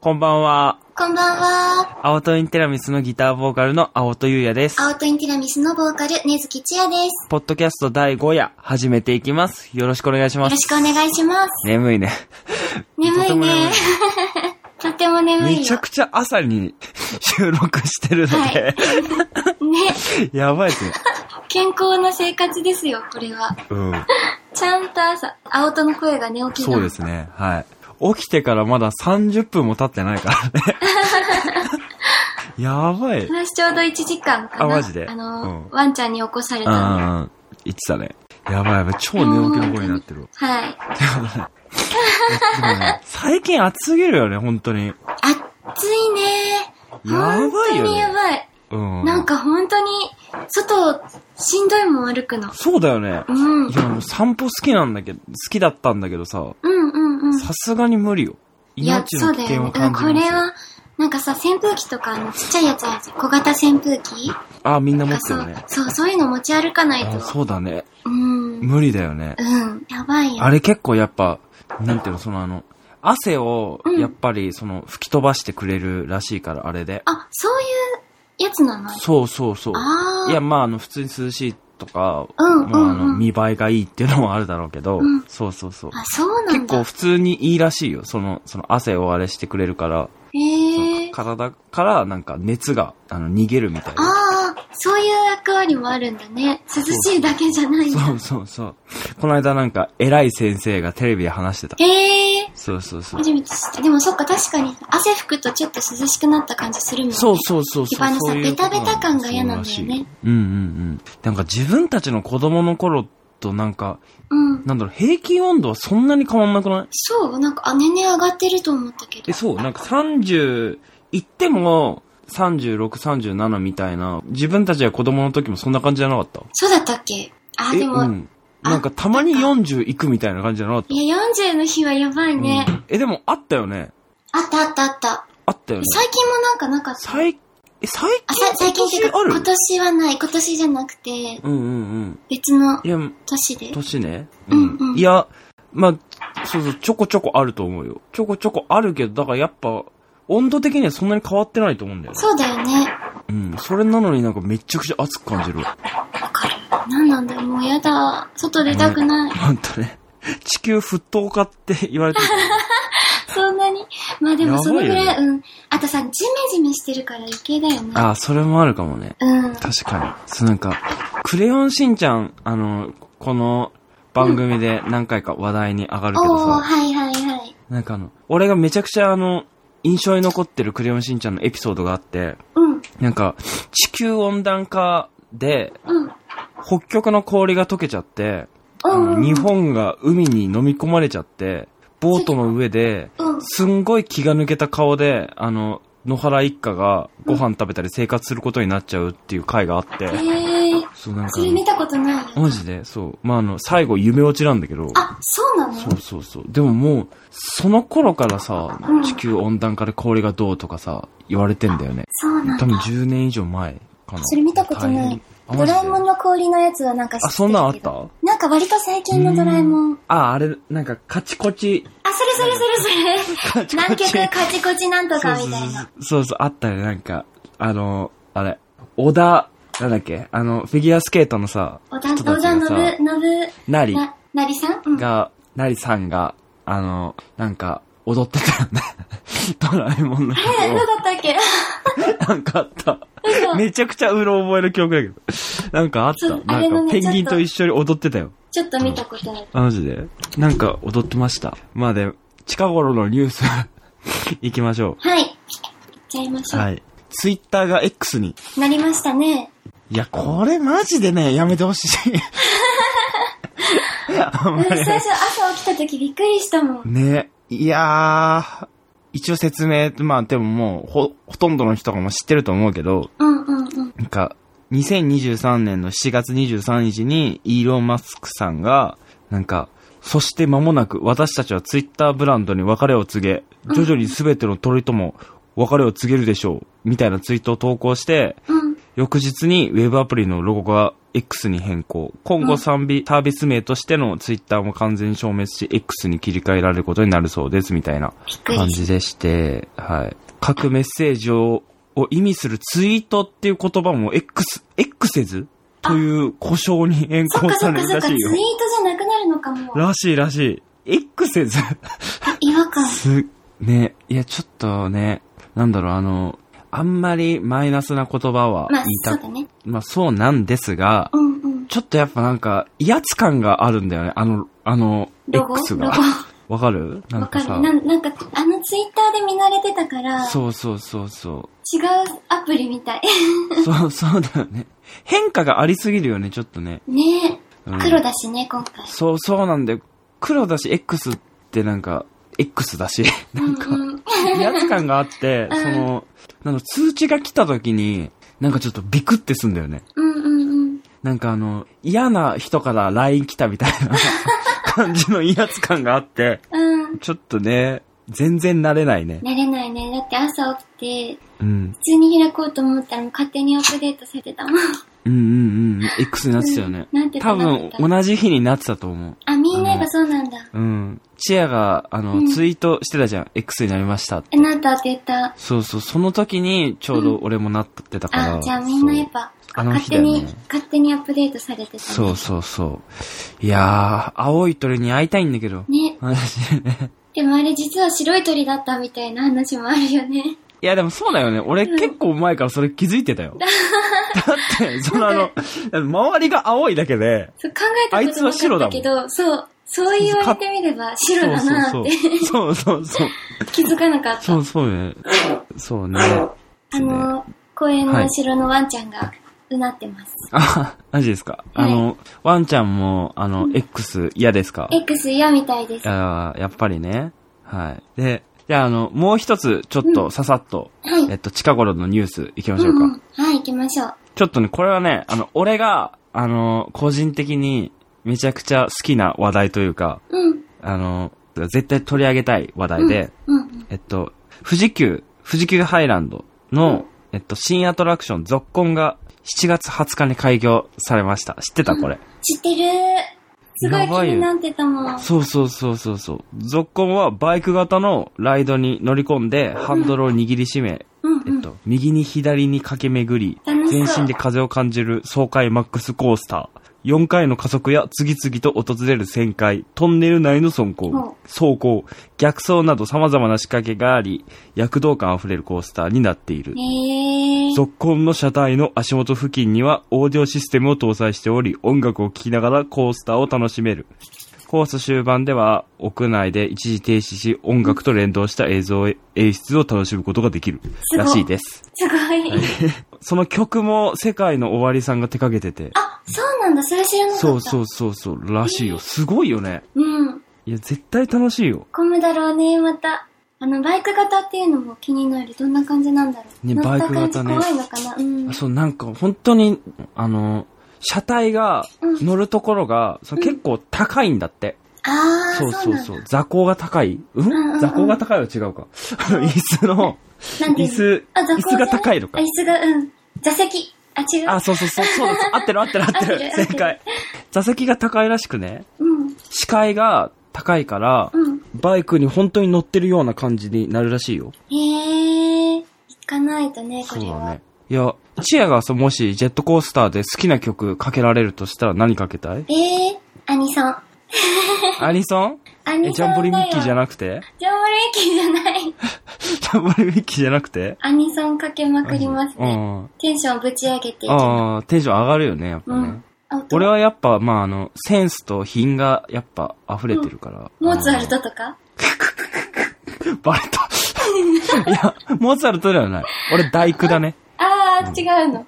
こんばんは。こんばんは。青とインテラミスのギターボーカルの青戸優也です。青とインティラミスのボーカル、根月千也です。ポッドキャスト第5夜、始めていきます。よろしくお願いしよまろす。しくお願いします。眠いね。眠とていも眠いね。 とても眠いめよ。ちゃくちゃ朝に収録してるので、はね、 やばいですね。健康な生活ですよ、これは。うん。ちゃんと朝、青戸の声が寝起きそうですね。はい。起きてからまだ30分も経ってないから ね。やばい。私ちょうど1時間かな。あマジであの、うんワンちゃんに起こされうたんで。んうん。言ってたね。やばいやばい。超寝起きの声になってる。はい。でもね最近暑すぎるよね、本当に。暑いね。やばいよね本当にやばい。うん。なんか本当に、外、しんどいもん歩くの。そうだよねう。ん。うんいや、もう散歩好きなんだけど、好きだったんだけどさ、うんうん。さすがに無理よ。いや、命そのう危だ険よをね。うん感じこますれよ。は、なんかさ、扇風機とか、あの、ちっちゃいやつあるじゃん。小型扇風機あ、みんな持っがてそるうね。、そう、そういうの持ち歩かないあと。そうだね。うん。うん。無理だよね。やばいよ。あれ結構やっぱ、なんていうの、そのあの、汗を、やっぱり、その、吹き飛ばしてくれるらしいから、あれで。あ、そういうやつなのそうそうそう。あーいや、まあ、あの、普通に涼しいとか、うんうんうんまあ、あの、見栄えがいいっていうのもあるだろうけど、うんそうそうそう。あ、そうな結んだ。構普通にいいらしいよ。その、その汗をあれしてくれるから、へえ。体からなんか熱が、あの、逃げるみたいな。ああ、そういう役割もあるんだね。涼しいだけじゃないんそだう。そうそう。この間なんか、偉い先生がテレビで話してた。へえ。そうそうそう。初めて知った。でもそっか、確かに、汗拭くとちょっと涼しくなった感じするもんね。そうそうそうそう。一般のそさういうことベタベタ感が嫌なんだよねそうらしいうんうんうん。なんか自分たちの子供の頃となんか、うん。なんだろう、平均温度はそんなに変わんなくないそう、なんか、あ、年々上がってると思ったけどえ、。そう、なんか30、行っても、36、37みたいな、自分たちが子供の時もそんな感じじゃなかったそうだったっけあ、え、でも、うん。なんかたまに40行くみたいな感じじゃなかったいや、40の日はやばいね。うんえ、でもあったよね。あったあったあった。あったよね。最近もなんかなかった。最、え、最近あ、さ最近っていうか、今年あ今る年はない。今年じゃなくて、うんうんうん。別のいや、年で。年ね。うんうんいや、まあ、そうそう、ちょこちょこあると思うよ。ちょこちょこあるけど、だからやっぱ、温度的にはそんなに変わってないと思うんだよね。そうだよね。うん。それなのになんかめちゃくちゃ熱く感じる わ。わかる。なんなんだよ、もうやだ。外出たくない。ほんとね。地球沸騰化って言われて る。そんなに。まあでもやばいそのぐらよい、ねうん。あとさ、ジメジメしてるから余計だよね。ああ、それもあるかもね。うん。確かに。そうなんか、クレヨンしんちゃん、あの、この番組で何回か話題に上がるけどおー、さ、はいはいはい。なんかあの、俺がめちゃくちゃあの、印象に残ってるクレヨンしんちゃんのエピソードがあって、うん、なんか、地球温暖化で、うん。北極の氷が溶けちゃって、あうんうのん。日本が海に飲み込まれちゃって、ボートの上で、うん。すんごい気が抜けた顔で、あの、野原一家がご飯食べたり生活することになっちゃうっていう回があって、えー、そうなんかそれ見たことないよ。マジでそうまああの最後夢落ちなんだけどあ、そうなのそうそうそうでももうその頃からさうん地球温暖化で氷がどうとかさ言われてんだよねそうなん多だ。分10年以上前かなそれ見たこと大ない変。あドマジラでえもんの氷のやつはなんか知ってるけどあそんなんあったなんか割と最近のドラえもん。うーああれなんかカチコチあ、それそれそれ そチコれ。チ南極カチコチなんとかみたいな。そうそうあったよねなんかあのあれ小田なんだっけあのフィギュアスケートのさおだ、人たおちだがのさぶ、のぶ、なりな、なりさんうん。が、なりさんが、あの、なんか、踊ってたよね。 ドラえもんの曲え、どうだったっけを。なんかあった。嘘めちゃくちゃうろ覚えの記憶だけど。なんかあっそた。うあれなのんか、ねペンギンと一緒に踊ってたよ。ちょっと見たことない。あマジで。なんか踊ってました。まあで、近頃のニュース、 行きましょはい。いっちゃいましう。ょう。はい。ツイッターが X に。なりましたね。いや、これマジでね、やめてほしい。 あんうんま最り初朝起きた時びっくりしたもん。ね。いやー、一応説明、まあでももう、ほ、ほとんどの人がもう知ってると思うけど、うんうんうん。なんか、2023年の7月23日に、イーロン・マスクさんが、なんか、そして間もなく私たちはツイッターブランドに別れを告げ、徐々に全ての鳥とも別れを告げるでしょう、みたいなツイートを投稿して、うん。翌日にウェブアプリのロゴが X に変更。今後サンビ、サービス名としてのツイッターも完全に消滅し、X に切り替えられることになるそうです、みたいなびっく感りしじでして、はい。各メッセージをを意味するツイートっていう言葉も X、X せずという故障に変た。そっ更かそされるっかそっらか、しツイいートよ。じゃなくなるのかも。らしいらしい。X せず違和感。す、ね、いや、ちょっとね、なんだろう、あの、あんまりマイナスな言葉はま言あい、そうたく、だね。まあ、そうなんですが、うんうん。ちょっとやっぱなんか、威圧感があるんだよね、あの、あの、ロゴ X ロが。わかるゴ。なわんかかる。さ、なんなんか、あのツイッターで見慣れてたから、違うそうそうそうそう。アプリみたい。 そう、 そうだよね。変化がありすぎるよね、ちょっとね。ねうえ。ん黒だしね、今回。そう、そうなんだよ。黒だし、X ってなんか、X だし、 なんかう、んうん威圧感があって、うんその、なんか通知が来た時に、なんかちょっとビクってすんだよね。うんうんうん。なんかあの、嫌な人から LINE 来たみたいな 感じの威圧感があって、うん。ちょっとね、全然慣れないね。慣れないね。だって朝起きて、うん。普通に開こうと思ったらもう勝手にアップデートされてたもん。 うんうんうん。X になってたよね。うんなってた多なっ分て、た同じ日になってたと思う。あ、みんながそうなんだ。うん。チアが、あの、うんツイートしてたじゃん。X になりましたってえ、。なったって言った。そうそう、その時にちょうど俺もなってたから。あ、じゃあみんなやっぱ、そうあの勝日だ手よに、ね。勝手にアップデートされてた、ね。そうそうそう。いやー、青い鳥に会いたいんだけど。ね。私ね。でもあれ実は白い鳥だったみたいな話もあるよね。いや、でもそうだよね。俺うん結構前からそれ気づいてた よ。だって、そのあの、周りが青いだけで、そう考えたことなかったけど、そう、そう言われてみれば白そうだなそーっうそてう。そうそうそう。 気づかなかった。そうそうね。そうね。あの、公園の後ろのワンちゃんがうなってます。あ、マジですか。あの、ワンちゃんも、あの、X 嫌ですか X 嫌みたいです。はいやーやっぱりね。はい。で、じゃあ、あの、もう一つ、ちょっと、ささっと、い。えっと、近頃のニュース、行きましょううんか。うん。はい、行きましょう。ちょっとね、これはね、あの、俺が、あの、個人的に、めちゃくちゃ好きな話題というか、うん。あの、絶対取り上げたい話題で、うんうん。えっと、富士急、富士急ハイランドの、えっと、新アトラクション、ゾッコンが、7月20日に開業されました。知ってたこれ。知ってるすごいやばい気よになってたもん。そうそうそうそうそう。ゾッコンはバイク型のライドに乗り込んで、ハンドルを握りしめ、うんうえっん。と、右に左に駆け巡り、楽し全そう身で風を感じる爽快マックスコースター。4回の加速や次々と訪れる旋回、トンネル内の走うん行、走行、逆走など様々な仕掛けがあり、躍動感あふれるコースターになっている。へえー。ゾッコンの車体の足元付近にはオーディオシステムを搭載しており、音楽を聴きながらコースターを楽しめる。コース終盤では屋内で一時停止し、音楽と連動した映像演出を楽しむことができるすごらいしいです。すごい。その曲も世界の終わりさんが手掛けてて。あ、そうなんだ。それ知らなかった。そうそうそうそう、らしいよ。すごいよね。うん。いや、絶対楽しいよ。混むだろうね、また。あの、バイク型っていうのも気になる。どんな感じなんだろう。ね乗った感じバイク型ね怖いのかな。うん。そう、なんか本当に、あの、車体がうん乗るところが、その結構高いんだって。あー、そうそそううなんそだ。う。座高が高いうんうんうん座高が高いは違うか。 あの、椅子の、なんてい椅う子、のあ、座高椅子が高いのあか椅。子が、うん。座席。あ、違あ、う。そうそうそう、そうです。合ってる合ってる合って合ってるる。合ってる正解。座席が高いらしくね、うん。視界が高いから、うん。バイクに本当に乗ってるような感じになるらしいよ。へえー。行かないとね、こそうれだはね。。いや、チアがさ、もしジェットコースターで好きな曲かけられるとしたら何かけた いえー、アニソン。アニソンアえ、ニソンだよ。ジャンボリミッキーじゃない。なく てジャンボリミッキーじゃ ない。ジャンボリミッキーじゃなくてアニソンかけまくりますうね。ん。テンションぶち上げていきまああ、テンション上がるよね、やっす。ぱうね。ん。あ音俺はやっぱ、まあ、あの、センスと品がやっぱ溢れてるから。モーツァルトとかあの。バレ た。いや、モーツァルトではない。俺、大工だね。あー、違うの。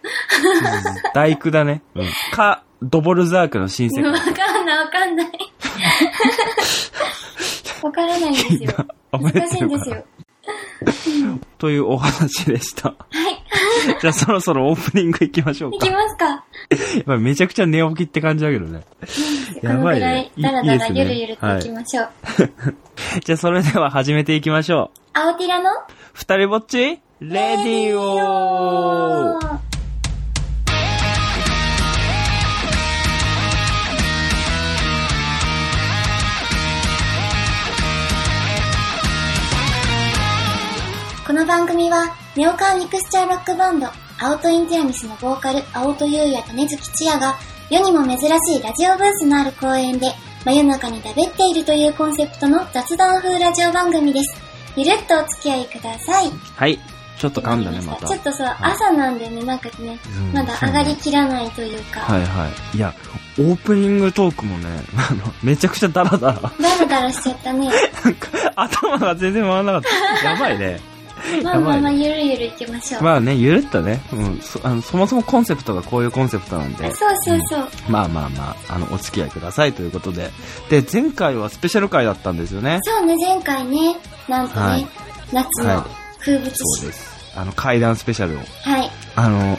大工だね。うんか、ドボルザークの新世界。わかんない、わか んない。わからないんですよ。溢れ難していんるかでらすよ。というお話でした。はい。 じゃあそろそろオープニング行きましょう行かき。ますか。やっぱめちゃくちゃ寝起きって感じだけどね。このくらい、だらだら、いいゆですねるゆると行きましょう。 じゃあそれでは始めていきましょう。青ティラの二人ぼっちレディオーの番組は、ネオカーミクスチャーロックバンド、アオトインティアミスのボーカル、青戸優也と根月千也が、世にも珍しいラジオブースのある公演で、真夜中にだべっているというコンセプトの雑談風ラジオ番組です。ゆるっとお付き合いください。はい。ちょっと噛んだね、また。ちょっとそう、はい朝なんでね、なんかね、うんまだ上がりきらないというか、はいはい。いや、オープニングトークもね、 あの、めちゃくちゃダラダラ。 ダラダラしちゃったね。頭が全然回らなか った。やばいね。まあまあまやばあ、いゆるゆるいきましょう。まあね、ゆるったね。うん。そあのそもそもコンセプトがこういうコンセプトなんで。そうそうそう。まあまあまあ、あの、お付き合いくださいということで。で、前回はスペシャル回だったんですよね。そうね、前回ね、なんとね、はい夏はいの風物詩。そうです。あの、階段スペシャルを。はい。あの、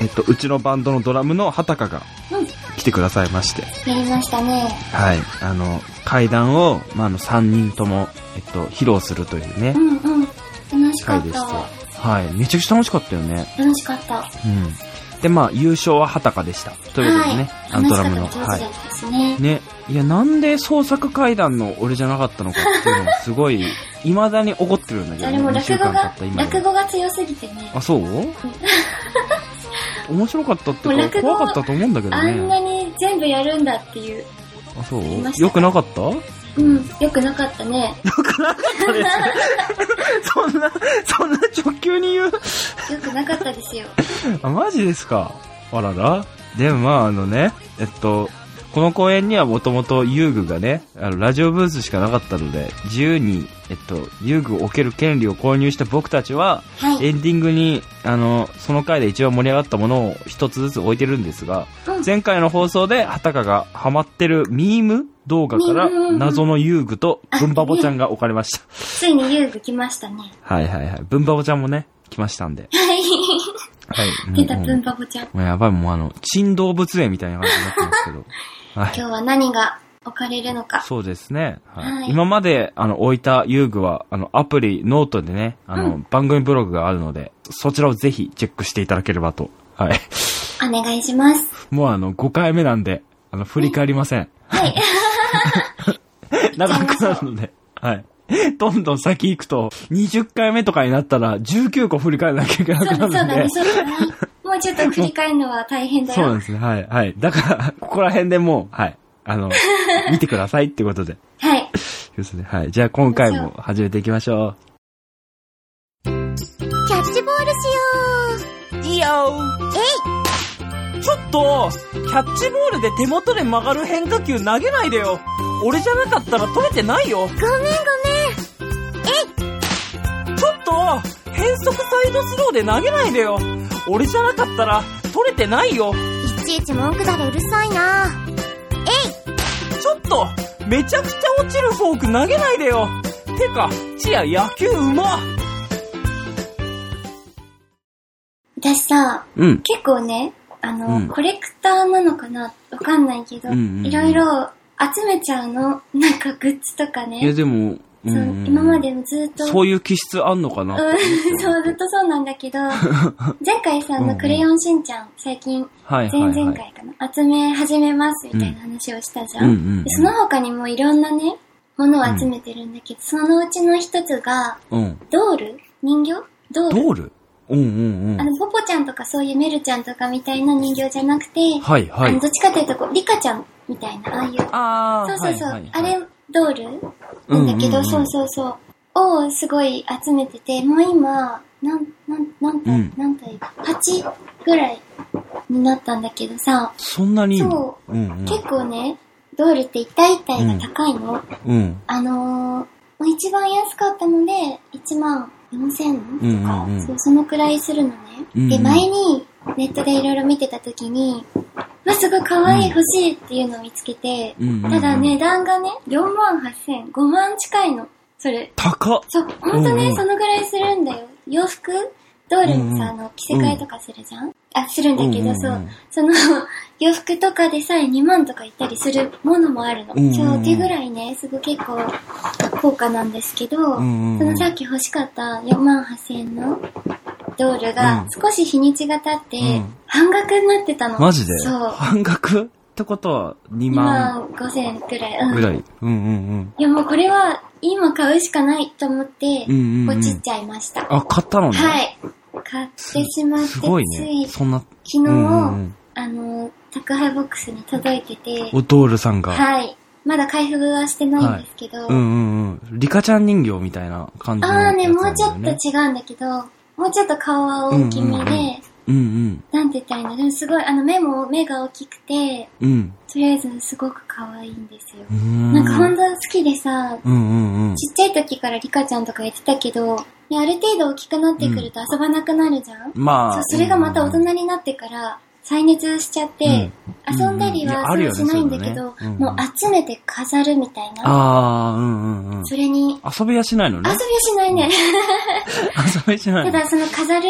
えっと、うちのバンドのドラムの畑香がうん、来てくださいまして。やりましたね。はい。あの、階段を、まあ、あの、3人とも、えっと、披露するというねう、んうん。楽しか回っでしたてわ。。はい。めちゃくちゃ楽しかったよね。楽しかった。うん。で、まあ、優勝は畑香でした。ということでね、はい、あの、ドラムの。話し方がは上手だい。ったですね。ね。いや、なんで創作階段の俺じゃなかったのかっていうのは、すご い、未だに怒ってるんだけど、あれも二落週語間経がった、今でも落語が強すぎてね。あ、そう 面白かったってもういう落か、語怖かったと思うんだけどあんなね。に全部やるんだっていう。あ、そうりましたよくなか ったうん、よくなかったね。そんな、そんな直球に言うよくなかったですよ。あ、マジですか。あらら。でもまああのね、えっと、この公演にはもともと遊具がね、あの、ラジオブースしかなかったので、自由に、えっと、遊具を置ける権利を購入した僕たちは、は い。エンディングに、あの、その回で一番盛り上がったものを一つずつ置いてるんですが、うん前回の放送で、畑香がハマってるミーム動画かミームうら、んうん謎の遊具と、ブンバボちゃんが置かれました。ついに遊具来ましたね。 はいはいはい。ブンバボちゃんもね、来ましたんで。はい。はい。出たうんうんプンパコちゃん。もうやばい、もうあの、珍動物園みたいな感じになってます けど。は今い。日は何が置かれるのか。そうですね。はい。はい今まで、あの、置いた遊具は、あの、アプリ、ノートでね、あの、う番組ブログがあるので、そちらをぜひチェックしていただければと。はい。お願いします。もうあの、5回目なんで、あの、振り返りません。はい。 長くなるので。はい。どんどん先行くと、20回目とかになったら、19個振り返らなきゃいけなそうくだなそうだるんね、で。そうだね。もうちょっと振り返るのは大変だそうなんよ。ですね。はい。はい。だから、ここら辺でもう、はい。あの、見てくださいってことで。はい。ですね。はい。じゃあ今回も始めていきましょう。キャッチボールしよいいよえいちょっとキャッチボールで手元で曲がる変化球投げないでよ俺じゃなかったら取れてないようごめんごめんちょっと変速サイドスローで投げないでよ俺じゃなかったら取れてないよいちいち文句だれうるさいなちょっとめちゃくちゃ落ちるフォーク投げないでよてか、チア野球うま私さ、うん。結構ね、あの、うんコレクターなのかなわかんないけど、うんうんうんいろいろ集めちゃうの。なんかグッズとかね。でも、そう今までもずっと、そういう気質あんのかなうん、そう、ずっとそうなんだ けど、前回さ、あうんうの、んクレヨンしんちゃん、最近、はい前々回かな、集め始めますみたいな話をしたじゃん。うんうんうんでその他にもいろんなね、ものを集めてるんだけど、そのうちの一つが、うん。ドール人形ドールドールうんうんうんあ。の、ポポちゃんとかそういうメルちゃんとかみたいな人形じゃなくて、はいはあのいど。っちかというとこう、リカちゃんみたいな、ああいう。あそうそうそう。はいはいあはいれ、ドールなんだけど、うんうんうんそうそうそう。をすごい集めてて、もう今、なん、なん、なんう体、んなん体 ?8 ぐらいになったんだけどさ、そんなにいいのそうんうん。結構ね、ドールって一体一体が高いの。うん。あのー、一番安かったので、1万4000うんとか、うんうんそうそのくらいするのね。うんうんで、前にネットでいろいろ見てた時に、まあ、すごい可愛い、うん欲しいっていうのを見つけて、うんうんうんただ値段がね、4万8000、5万近いの。それ。高っそう、ほんとね、うんうんそのぐらいするんだよ。洋服ドールもさ、うんうんあの、着せ替えとかするじゃん、あ、するんだけど、うんうんうんそう。その、洋服とかでさえ2万とかいったりするものもあるの。うんうんうん今日手ぐらいね、すごい結構高価なんですけど、うんうんそのさっき欲しかった4万8000円のドールがうん少し日にちが経ってうん半額になってたの。マジでそう。半額ってことは2 2万万5千くらい。うんぐらい。うんうんうん。いやもうこれは今買うしかないと思って、うんうんうんポチっちゃいました。あ、買ったのね。はい。買ってしまって、すごいつね。い昨そんな、日、うんうんうんあの、宅配ボックスに届いてて、おドールさんが。はい。まだ開封はしてないんですけど、うんうんうん。リカちゃん人形みたいな感じのあやあつね、なんもだうよちょっと違うんだけど、もうちょっと顔は大きめで、うんうんうんなんて言ったらいいんだろう。すごい、あの目も、目が大きくて、うん。うん。とりあえずすごく可愛いんですよう。ん。なんか本当好きでさ、うんうんうん。ちっちゃい時からリカちゃんとか言ってたけど、ねある程度大きくなってくると遊ばなくなるじゃん、まあ。そうそれがまた大人になってから、再熱しちゃって、うん遊んだりはそうしないんだけいやど、あるよねそういうのねうんもう集めて飾るみたいな。ああ、うんうんうん。それに、遊びはしないの遊びねは。しないね。遊びはしないの。ただその飾る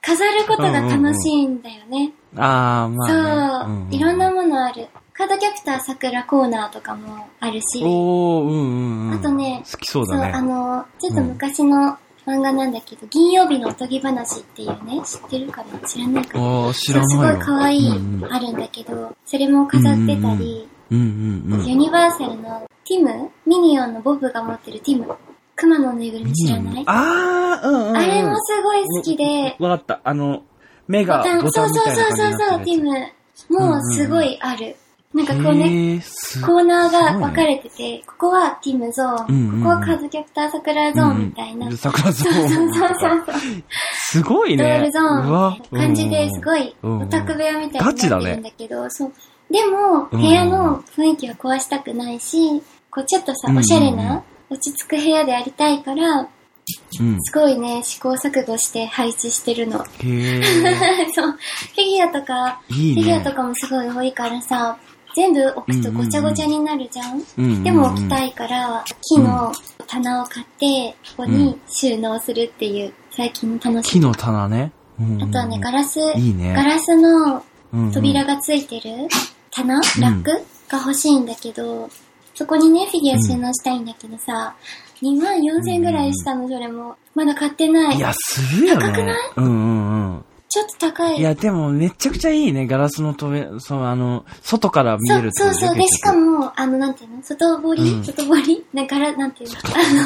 飾ることが楽しいんだよね。ああ、まあ、ね。そう、いろんなものある。カードキャプター桜コーナーとかもあるし、おー、うんうんうん。あとね好きそうそう、だあね。の、ちょっと昔の漫画なんだけど、銀曜日のおとぎ話っていうね、知ってるかな知らないかなおー、知らないそうわすごい可愛い、うんあるんだけど、それも飾ってたり、うんうんうんうん。ユニバーサルのティムミニオンのボブが持ってるティム。熊のぬいぐるみ知らない、ああ、うんうんうん。あれもすごい好きで、わかった。あの、目がボタそうンみそうたいなそう感じにそうなってるやそう、ティム。もうすごいある。なんつ。かこうね、へーすコーナーすがごいね分かれてて、ここはティムゾーン、うんうんうんここはカードキャプター桜ゾーンみたいな。うんうん桜ゾそうそうーン。そうそう。すごいドね。ールゾうーンわみたいな感じですごいうんうんオタク部屋みたいになってガチだるんだねけど、そう。でも、部屋の雰囲気は壊したくないし、こうちょっとさ、おしゃれな、落ち着く部屋でありたいから、うん。すごいね、試行錯誤して配置してるの。 へそう。フィギュアとか、え。いい フね。ィギュアとかもすごい多いからさ、全部置くとごちゃごちゃになるじゃうん、んうんうんでも置きたいから、木の棚を買って、ここに収納するっていう、最近の楽し木み。の棚ね。うんうんうんあとはね、ガラス、いいねガラスのうんうん扉がついてる棚、ラックが欲しいんだけど、そこにね、フィギュア収納したいんだけどさ、2万4千ぐらいしたの、それも。まだ買ってない。いや、するよね。高くないうんうんうん。ちょっと高い。いや、でも、めちゃくちゃいいね。ガラスの扉、その、あの、外から見そえるうってそうそう。で、しかも、も、あの、なんていうの外堀、うん外堀なんから、なんていう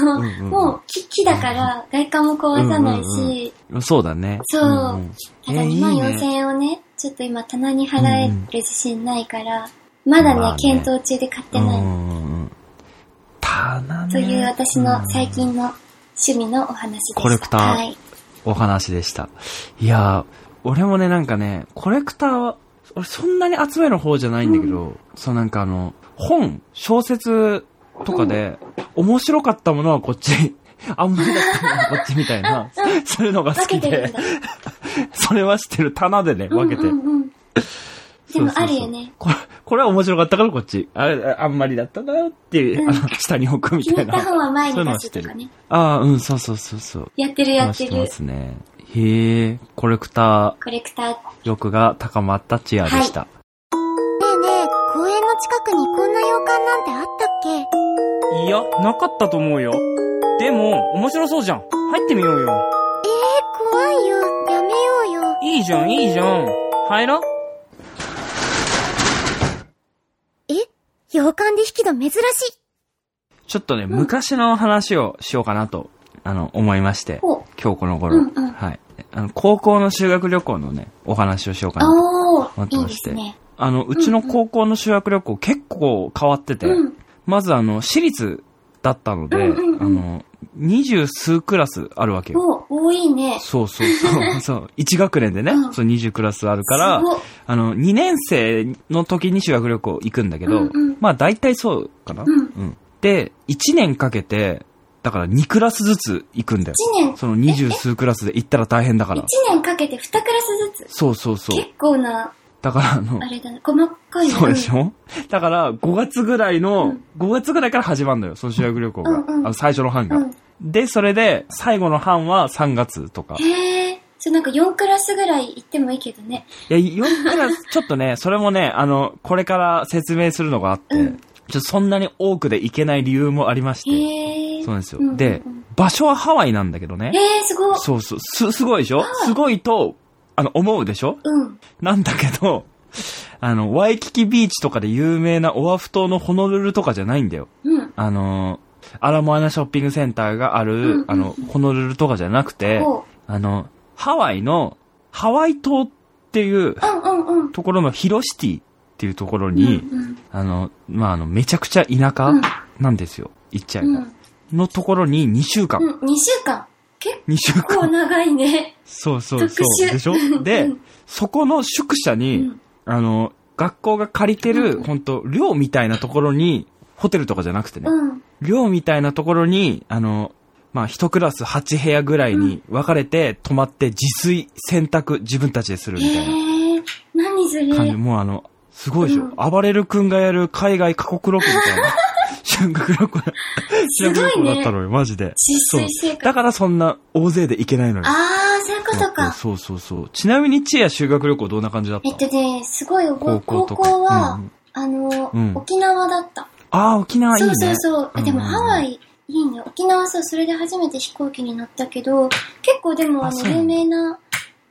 の あの、うんうんうんもう木、木だから、外観も壊さないし、うんうんそうだね。そうんんただえ2万いいね4000円をね、ちょっと今棚に払える自信ないから、まだね、まあね検討中で買ってない。うんうんうん。棚ね。という私の最うん近の趣味のお話でした。コレクターはい。お話でした。いやー、俺もね、なんかね、コレクターは、俺そんなに集める方じゃないんだけど、そうなんかあの、本、小説とかで、面白かったものはこっち、 あんまりだったものはこっちみたい な、そういうのが好分きけてるで、んだ。それは知ってる棚でね、分けて。うんうんうんでもそうそうそうあるよね。これ、これは面白かったからこっち。あああんまりだったなっていう、うんあの、下に置くみ気にた入いっな。た本は前そういにうのは出知すってとかる。ね。ああ、うん、そうそうそうそう。やってるやって話してまる。すね。へえ、コレクタコレクター。ー欲が高まったチアでした。ねえねえ、公園の近くにこんな洋館なんてあったっけいや、なかったと思うよ。でも、面白そうじゃん。入ってみようよ。怖いよ。やめようよ。いいじゃん、いいじゃん。入ろえ洋館で引き戸珍しい。ちょっとね、昔の話をしようかなと、あの、思いまして、お今日この頃、うんうんはい。あの、高校の修学旅行のね、お話をしようかなと。あ待っー、ていいまでしてすね。あの、うちの高校の修学旅行結構変わってて、うん。まずあの、私立だったので、うんうんうんあの、二十数クラスあるわけよ。お、多いね。そうそう そう、そう。一学年でね、うんそう二十クラスあるからす、ごっあの、2年生の時に修学旅行行くんだけど、うんうんまあ大体そうかな、うんで、1年かけて、だから2クラスずつ行くんだよ。一年、その二十数クラスで行ったら大変だか一ら。年かけて二クラスずつ。そうそうそう結。構な、だからあのあ、れだね、細かいねそうでしょだから5月ぐらいの、うん5月ぐらいから始まるのよ、その修学旅行が。うんうんあの最初の班が、うん。で、それで最後の班は3月とか。いへえ。そうなんか4クラスぐらい行ってもいいけどね。や、4クラス、ちょっとね、 それもね、あの、これから説明するのがあって、うんちょっとそんなに多くで行けない理由もありまして。へえ。そうなんですよ。うんうんうんで、場所はハワイなんだけどね。へえ、すごい。そうそう。す、すごいでしょすごいと、あの、思うでしょ うん。なんだけど、あの、ワイキキビーチとかで有名なオアフ島のホノルルとかじゃないんだよ。うん。あの、アラモアナショッピングセンターがあうんるうん、あの、ホノルルとかじゃなくて、こあの、ハワイの、ハワイ島っていうう。うんうんうん。ところのヒロシティっていうところに、うんあの、まあ、あの、めちゃくちゃ田舎うんなんですよ。行っちゃえうば。ん。のところに2週間。うん。2週間。結2週間。構長いね。そうそうそう。特殊でしょうでん、そこの宿舎うに、ん。あの、学校が借りてる、本当寮みたいなところに、ホテルとかじゃなくてね、うん。寮みたいなところに、あの、まあ、一クラス8部屋ぐらいに分かれて泊まって自炊、洗濯、自分たちでするみたいへえ。何それ。な感じ。もうあの、すごいでしょ。うん暴れる君がやる海外過酷ロケみたい な。修学旅行、す修ご学旅い行だねった。のよ、マジで。自炊生そうだ活。からそんな大勢で行けないのよ。あー、そういうことか。そうそうそう。ちなみに、チエや修学旅行どんな感じだったえっとね、すごい覚え、高高校とか校はうんうん、あのう、ん沖縄だった。ああ、沖縄いいそねう。そうそう。あでもうんハワイ、いいね。沖縄そう、それで初めて飛行機に乗ったけど、結構でもああの、そうな有んだ名な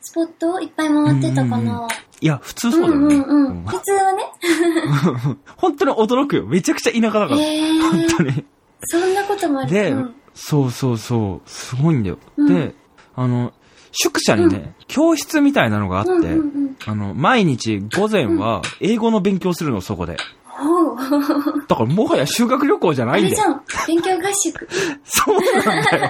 スポットをいっぱい回ってたかうんうんな。いや、普通うそうだよんうね。んううんん。普通はね。 本当に驚くよ。めちゃくちゃ田舎だから。え本当ー、に。そんなこともある。で、うんそうそうそう。すごいんだよ。うんで、あの、宿舎にね、う教室みたいなのがあって、うんうんうん。あの、毎日午前は英語の勉強するの、そこで。ほう。だからもはや修学旅行じゃあないんれだじよ。ゃん。勉強合宿。そうなんだよ。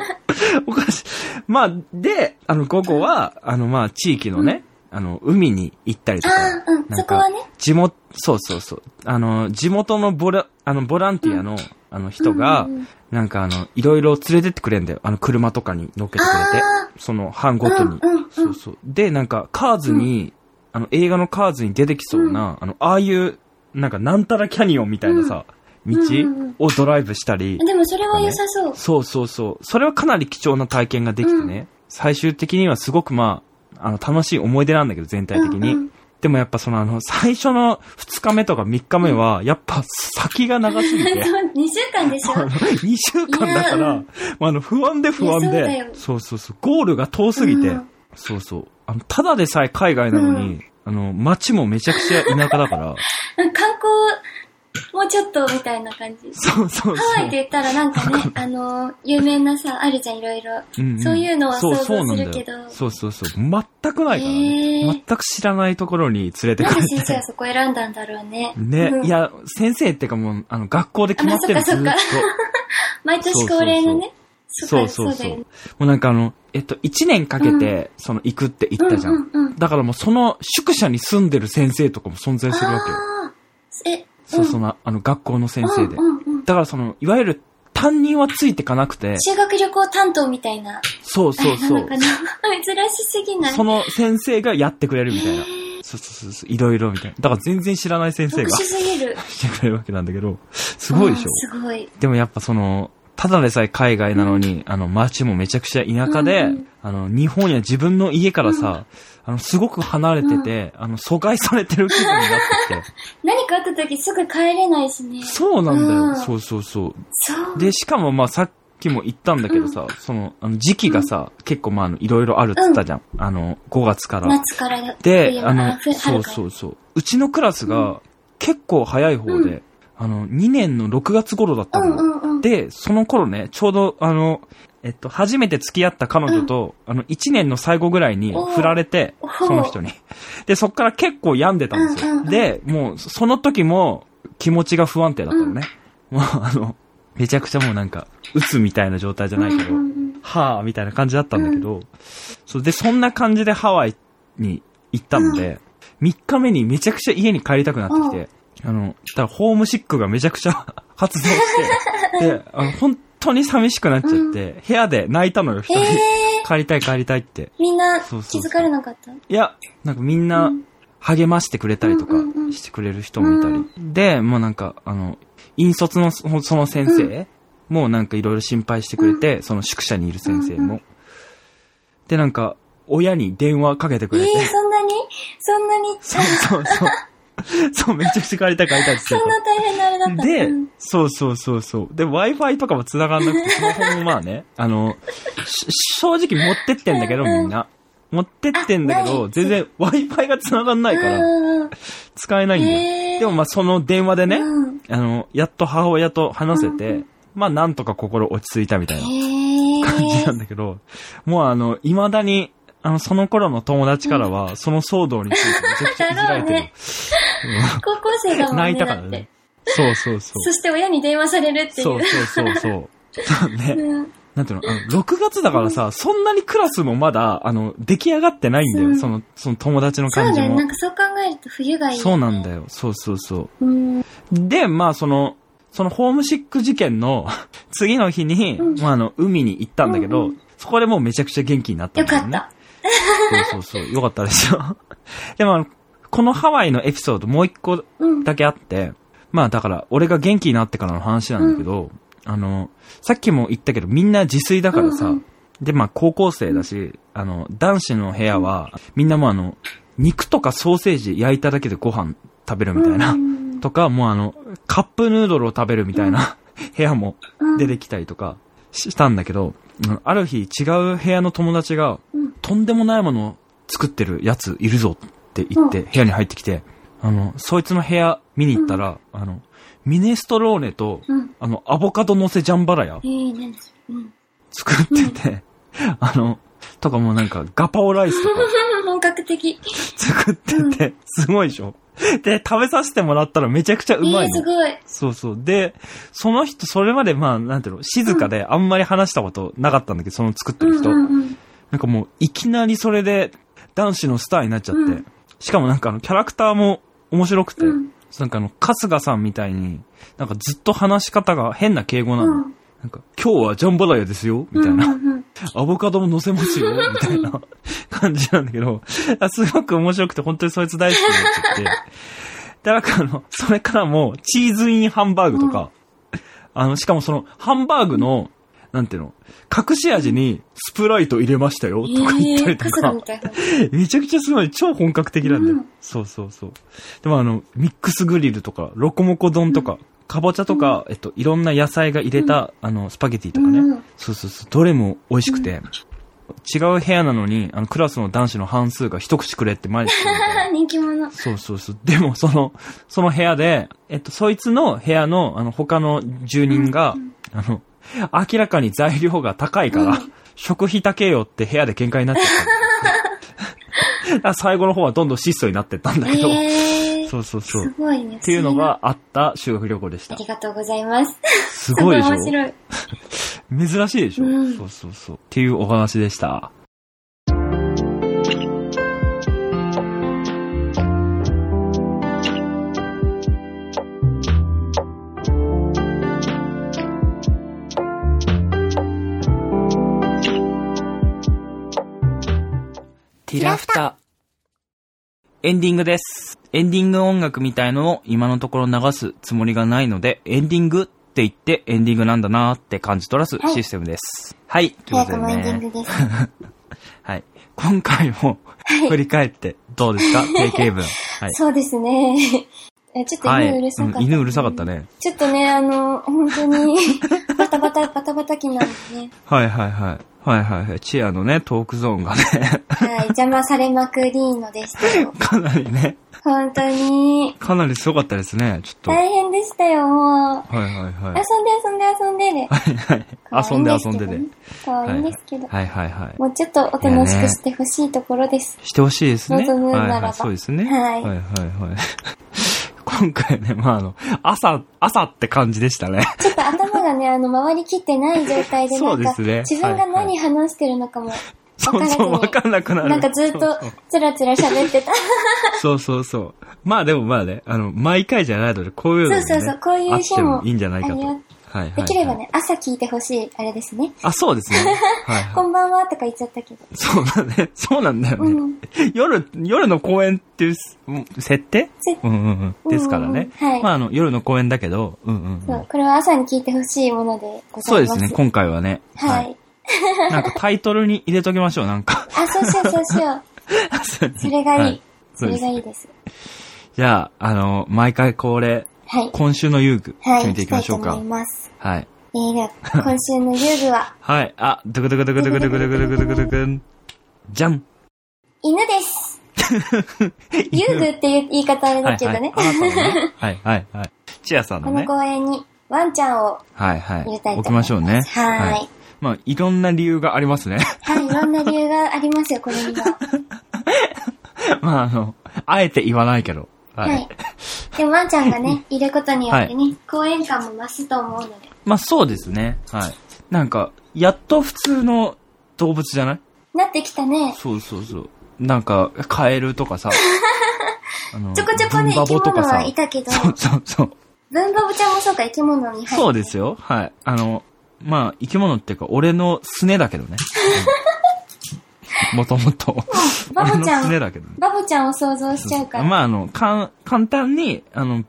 おかしい。まあ、で、あの、午後は、あの、まあ、地域のね、あの、海に行ったりとあか、あ、うん。かそこはね。地元、そうそうそう、あの、地元のボラ、あの、ボランティアの、あの、人が、うんうんうんなんかあの、いろいろ連れてってくれんだよ。あの、車とかに乗っけてくれて、あその、班ごあ、とうにん。うんそうそう。で、なんか、カーズに、あの、映画のカーズに出てきそうな、あの、ああいう、なんか、なんたらキャニオンみたいなさ、ん道うんうんをドライブしたり、うん。でもそれは良さそう。そうそうそう。それはかなり貴重な体験ができてね。う最終的にはすごくまあ、あの、楽しい思い出なんだけど、全体的に。うんうんでもやっぱそのあの、最初の2日目とか3日目は、やっぱ先が長すぎ て、 そう、2週間でしょあの、2週間だかいやら、うんまあ、あの、不安で不安いやそうだよで、そうそうそう、ゴールが遠すぎて、うんそうそう。あの、ただでさえ海外なのに、うあの、街もめちゃくちゃ田舎だ から、なんか観光、もうちょっとみたいな感じ。そうそうそう。ハワイって言ったらなんか ね、あのー、有名なさ、あるじゃん、いろいろ。んんそういうのはそう想そう像なすんだるよけど。そうそうそう。全くないからへーね。全く知らないところに連れてなんかでれ先生ては。そこ選んだんだろうね。 ね、うんいや、先生ってかもう、あの、学校で決まってるあまあずそーっっかと。毎年恒例のね。そうっかそうだそう。よねもうなんかあの、えっと、1年かけて、その、行くって言ったじゃうんん。うんうん。だからもうその宿舎に住んでる先生とかも存在するわけよ。ああ。え、そうそうんの、あの、学校の先生でう。んうんうん。だからその、いわゆる担任はついてかなくて、修学旅行担当みたいな。そうそうあそれう なのか。な珍しすぎない。その先生がやってくれるみたいなへ。そうそうそう、いろいろみたいな。だから全然知らない先生特が殊すぎる。してくれるわけなんだけど、すごいでしょうん。すごい。でもやっぱその、ただでさえ海外なのに、あの、街もめちゃくちゃ田舎で、うんうんあの、日本や自分の家からさ、あの、すごく離れてて、あの、阻害されてる気分になってきて。何かあった時すぐ帰れないしね。そうなんだよ、うんそうそうそう。そう。で、しかもまあさっきも言ったんだけどさ、その、あの、時期がさ、結構まああの、いろいろあるっつったじゃん。あの、5月から。夏からだで、あの、冬そ春うからそうそう。うちのクラスが、結構早い方で、うんあの、2年の6月頃だったのうよ。んうんうん。で、その頃ね、ちょうど、あの、えっと、初めて付き合った彼女と、あの、1年の最後ぐらいにおー振られて、おーその人に。で、そっから結構病んでたんですよ。うんうんうんで、もう、その時も気持ちが不安定だったのね。もう、あの、めちゃくちゃもうなんか、鬱みたいな状態じゃないけど、うんうんうんはぁ、みたいな感じだったんだけど、そうで、そんな感じでハワイに行ったので、3日目にめちゃくちゃ家に帰りたくなってきて、あの、だからホームシックがめちゃくちゃ 発動して、で、あの、本当に寂しくなっちゃって、部屋で泣いたのよ、一人。え帰りたい帰りたいって。ー、みんな気そうそうそうづかれなかったいや、なんかみんうなん励ましてくれたりとかうんうんうんしてくれる人もいたり。で、もうなんか、あの、引率のそその先生もなんかいろいろ心配してくれて、その宿舎にいる先生うんうも。で、なんか、親に電話かけてくえれて。ー、そんなにそんなに、 そうそうそう。そう、めちゃくちゃ帰りたい帰りたいってそんな大変なあれだっ言たっのてうた。んで、そうそうそうそう。で、Wi-Fi とかも 繋がんなくて、スマホもまあね、あの、し正直持ってってんだけど、みんな。持ってってんだけあなど、い全然 Wi-Fi が繋がんないから、うん。使えないんだよ。へーでもまあその電話でね、うんあの、やっと母親と話せて、うまあなんとか心落ち着いたみたいなへー感じなんだけど、もうあの、未だに、あの、その頃の友達からは、その騒動についてめちゃくちゃいじ られてる。高校生だもんね。泣いたからだってね。。そうそうそう。そして親に電話されるっていう。そうそうそうそう。そう ね。うんなんていうの、あの6月だからさ、そんなにクラスもまだ、あの、出来上がってないんだよ。うんその、その友達のそう感じだよね。もなん。かそう考えると冬がいい、そうなんだよ。よ。そうそうそう。うん。で、まあ、その、そのホームシック事件の 次の日に、うんまあ、あの、海に行ったんだけど、うんうそこでもうめちゃくちゃ元気になったんよだかよっねた。。そうそうそう。よかったでしょ。 でもあの、このハワイのエピソードもう一個うん。だけあって、まあだから、俺が元気になってからの話なんだけど、あの、さっきも言ったけど、みんな自炊だからさ、うんうんで、まあ高校生だし、あの、男子の部屋は、みんなもうあの、肉とかソーセージ焼いただけでご飯食べるみたいな、うんとか、もうあの、カップヌードルを食べるみたいな、部屋もうん出てきたりとかしたんだけど、うんある日違う部屋の友達が、うんとんでもないものを作ってるやついるぞって言って、部屋に入ってきて、あの、そいつの部屋見に行ったら、あの、ミネストローネと、うん。あの、アボカド乗せジャンバラヤえー、なんだそれ。うん。 作ってて、 あの、とかもうなんかガパオライスとか本格的。作ってて、すごいでしょで、食べさせてもらったらめちゃくちゃうまえいー、のす。ごい。そうそう。で、その人、それまでまあ、なんていうの、静かであんまり話したことなかったんだけど、その作ってうるん人。うんうん。なんかもう、いきなりそれで男子のスターになっちゃって。うんしかもなんかあの、キャラクターも面白くて、うんなんかあの、春日さんみたいに、なんかずっと話し方が変な敬語なうの。ん。なんか、今日はジャンバラヤですよみたいな。うんうんうんアボカドも乗せます よみたいな感じなんだけど、あすごく面白くて、本当にそいつ大好きになっちゃって。で、なんかあの、それからもう、チーズインハンバーグとか、あの、しかもその、ハンバーグの、なんていうの、隠し味にスプライト入れましたよとか言ったえりー、とカスかが、みたいな。 めちゃくちゃすごい、超本格的なんだよ。うんそうそうそう。でもあの、ミックスグリルとか、ロコモコ丼とか、かぼちゃとか、えっと、いろんな野菜が入れた、あの、スパゲティとかね。うんそうそうそう、どれも美味しくて。違う部屋なのに、あの、クラスの男子の半数が一口くれって前に来てるんだよあー人気者。そうそうそう。でも、その、その部屋で、えっと、そいつの部屋の、あの、他の住人が、あの、明らかに材料が高いから、食費高えよって部屋で喧嘩になっちゃったんだよ。だから最後の方はどんどん質素になってったんだけど、えー、そうそうそう。すっごいね。ていうの不思議な。があった修学旅行でしたあり。がとうございます。すごいでし面ょ白い。珍しいでしょ、うんそうそうそう。っていうお話でした。ティラフタ。エンディングです。エンディング音楽みたいのを今のところ流すつもりがないので、エンディングって言ってエンディングなんだなーって感じ取らすシステムです。はい。という早こくともでエンディね。ングです。はい。今回も振り返ってどうです か定型文。はい。そうですね。 えちょっとはい犬うるさかった、うん犬うるさかったね。ちょっとね、あの、本 当に、バタバタ、バタバタ気なんでね。はいはいはい。はいはいはい。チアのね、トークゾーンがね、 はい、邪魔されまくりのでしたよ。かなりね、本当に。かなりすごかったですね。ちょっと。はい大変でしたよ、もう。はいはい。遊んで遊んで遊んでで。 遊んで遊んでで。可は愛いいんですけど。はいはいはい。もうちょっとおとなしくしてほしいところです。してほしいですね。望むならばはいはい、そうですね。はいはい はいはい今回ね、まああの、朝、朝って感じでした ね。ちょっと頭がね、あの、回りきってない状態で、なそうんでか、すね自分がはいは何い話してるのかも、そうそう、わわかからんなくなる。なんかずっとそうそう、つらつら喋ってた。 そうそうそう。まあでもまあね、あの、毎回じゃないので、こういうのもねそうそうそうこういう日もあっていいんじゃないかと。あはりいがはい、はい。できればね、朝聞いてほしい、あれですね。あ、そう ですね。はい、こはい。んばんはとか言っちゃったけど。そうだね。そうなんだよね。うん夜、夜の公演っていうす、うん設定せうんうんうん。ですからね。うんうんはいまああの、夜の公演だけど、うんうん、うそんう。これは朝に聞いてほしいものでごそざういでます。すね、今回はね。はい。なんかタイトルに入れときましょう、なんか。あ、そうしよう、そうしよう。 それがいい。はいそれがいいです。じゃあ、あの、毎回恒例、はい。今週の遊具、はい。決めていきましょう行きたいとか思い。ます。はい。えー、では、今週の遊具は、はい。あ、ドゥクドゥクドゥクドゥクドゥクドゥクドゥクドゥクドゥクドゥクン。じゃん犬です。 遊具っていう言い方あれだけどね。はいはい、あなたのねはいはいはい。チアさんこののね。公園にワンちゃんを、はいは入れたいい。と置きましょうね。はーい。まあ、いろんな理由がありますね。はい、いろんな理由がありますよ、これには。まあ、あの、あえて言わないけど。は。はいい。でもワンちゃん がね、いることによってね、は公園感も増すと思うので。まあ、そうですね。はい。なんか、やっと普通の動物じゃないなってきたね。そうそうそう。なんか、カエルと かさ。あのちょこちょこ文ね、生馬きボと物かさはいたけど、そうそうそう。文房ちゃんもそうか、生き物に入って。そうですよ。はい。あの、まあ、生き物っていうか、俺のすねだけど ね。うんもともと。バボち俺ゃのすねん、だけどね。バボちゃんを想像しちゃうから。まあ、あの、かん、簡単に、あの、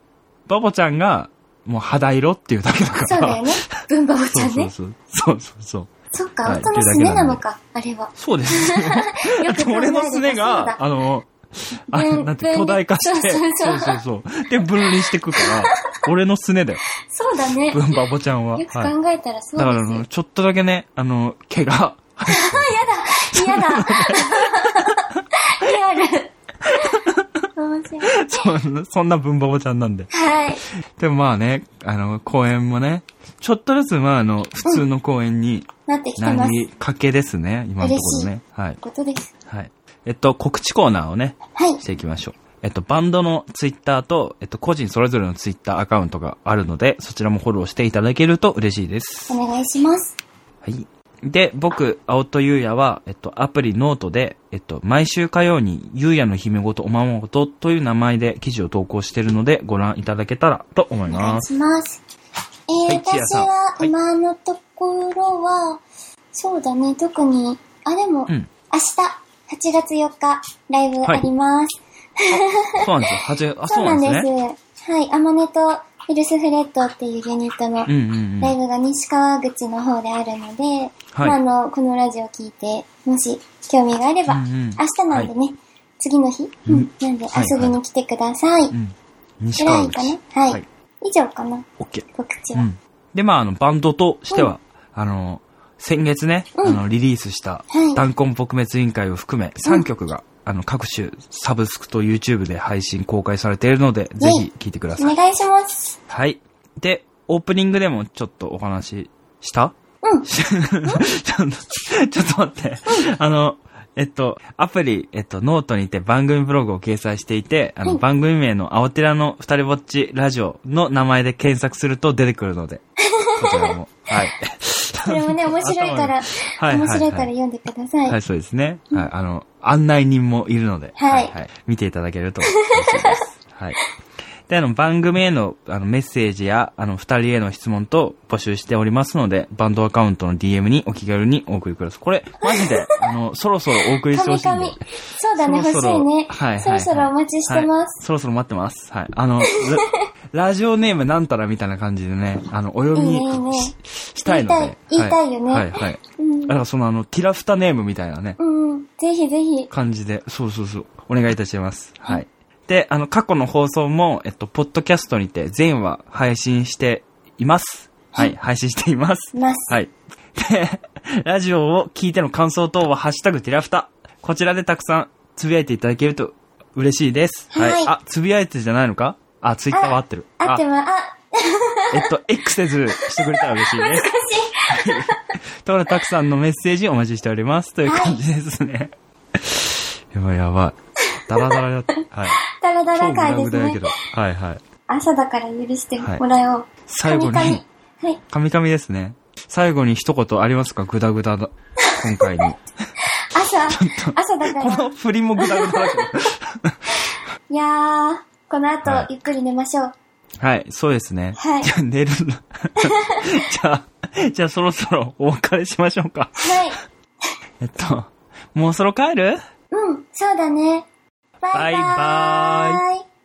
バボちゃんが、もう肌色っていうだけだから。そう だよね。文房ちそゃうんそうね。そう。そうそうそう。そっか、はい夫のすねなのか、あれは。そうですよ。よでく考えれば 俺のすねそうだが、あの、あ分なんて分離巨大化して、そうそそううそそううそう。で、分離してく から、俺のすねだよ。そうだね。ブよンバボちゃんは。くはい考えたらそうだからあでの、ちょっとだけね、あの、毛が、すよ。嫌だ。リアル。面白 い。そんな、そんな文房ちゃんなんで。はい。でもまあね、あの、公園もね、ちょっとずつ、まああの、普通の公園になってきてなます。りかけですね、今のところね。はい。ことです。はい。えっと、告知コーナーをね、はいし。ていきましょう。えっと、バンドのツイッターと、えっと、個人それぞれのツイッターアカウントがあるので、そちらもフォローしていただけると嬉しいです。お願いします。はい。で、僕、青戸優也は、えっと、アプリノートで、えっと、毎週火曜に、優也の姫ごとおままごとという名前で記事を投稿しているので、ご覧いただけたらと思いお願まいす。します。えーはい千私夜さんははい今のところは、そうだね、特に、あ、でも、うん。明日、8月4日、ライブあります。 そうなんですよ。はじめ、あ、そそううななんんで。ですすね。はい、アマネとフィルスフレットっていうユニットのうんうんラうイん。ブが西川口の方であるので、はいまあ、あの、このラジオ聞いて、もし興味があれば、うんうん明日なんでね、次の日、うんうんなんで遊びに来てください。うん。西ぐら川いか口な。。はい。はい以上かな、オッケー。告知うは。ん。で、まあ、あの、バンドとしては、あの、先月ね、うんあの、リリースしたはい、弾痕撲滅委員会を含め、3曲が、あの、各種、サブスクと YouTube で配信公開されているので、ぜひ聴いてください。お願いします。はい。で、オープニングでもちょっとお話ししたうん ちょっと、ちょっと待って。あの、えっと、アプリ、えっと、ノートにて番組ブログを掲載していて、あの、はい番組名の青寺の二人ぼっちラジオの名前で検索すると出てくる ので、こちらも。はい。これもね、面白 いから、はい面白いからはい読んでください。はい、そうですね。はい、あの、案内人もいるので、はい見ていただけると 嬉しいです。はい。で、あの、番組へのあのメッセージや、あの、二人への質問と募集しておりますので、バンドアカウントの DM にお気軽にお送りください。これ、マジ で、あの、そろそろお送りしてほしいんで。神々そうだね、そろ欲しそろいね。はいはいそろそろお待ちしてます。はいそろそろ待ってます。はい。あ の、ララジオネームなんたらみたいな感じでね、あの、お呼びいいねいいねししたいので。言いたい言いたいよねはい、はいはい。うんだからそのあの、ティラフタネームみたいなね、うん、ぜひぜひ。感じで、そうそうそう、お願いいたします。はい。で、あの、過去の放送も、えっと、ポッドキャストにて全話配信しています。はい、配信しています。ますはい。で、ラジオを聞いての感想等は、ハッシュタグティラフタ。こちらでたくさんつぶやいていただけると嬉しいです。はいあ、つぶやいてじゃないのかあ、ツイッターは合ってる。あっても、あ、えっと、X でずしてくれたら嬉しいです。 難しい。ところでたくさんのメッセージお待ちしております。という感じですね。やばいやばい。ダラダラだった。はい。ダラダ超ラグダ回でグすダやけね。ど。はいはい。朝だから許してもらおう。最後にカミカミはい。カミカミですね。最後に一言ありますかグダグダだ。今回に。朝、朝だかこら。の 振りもグダグダだけいやー、このは後い、ゆっくり寝ましょう。ど。はい、そうですね。はいじゃあ寝る の。じゃあ、じゃあそろそろお別れしましょうか。はい。えっと、もうそろ帰るうん、そうだね。バイバーイ。バイバイ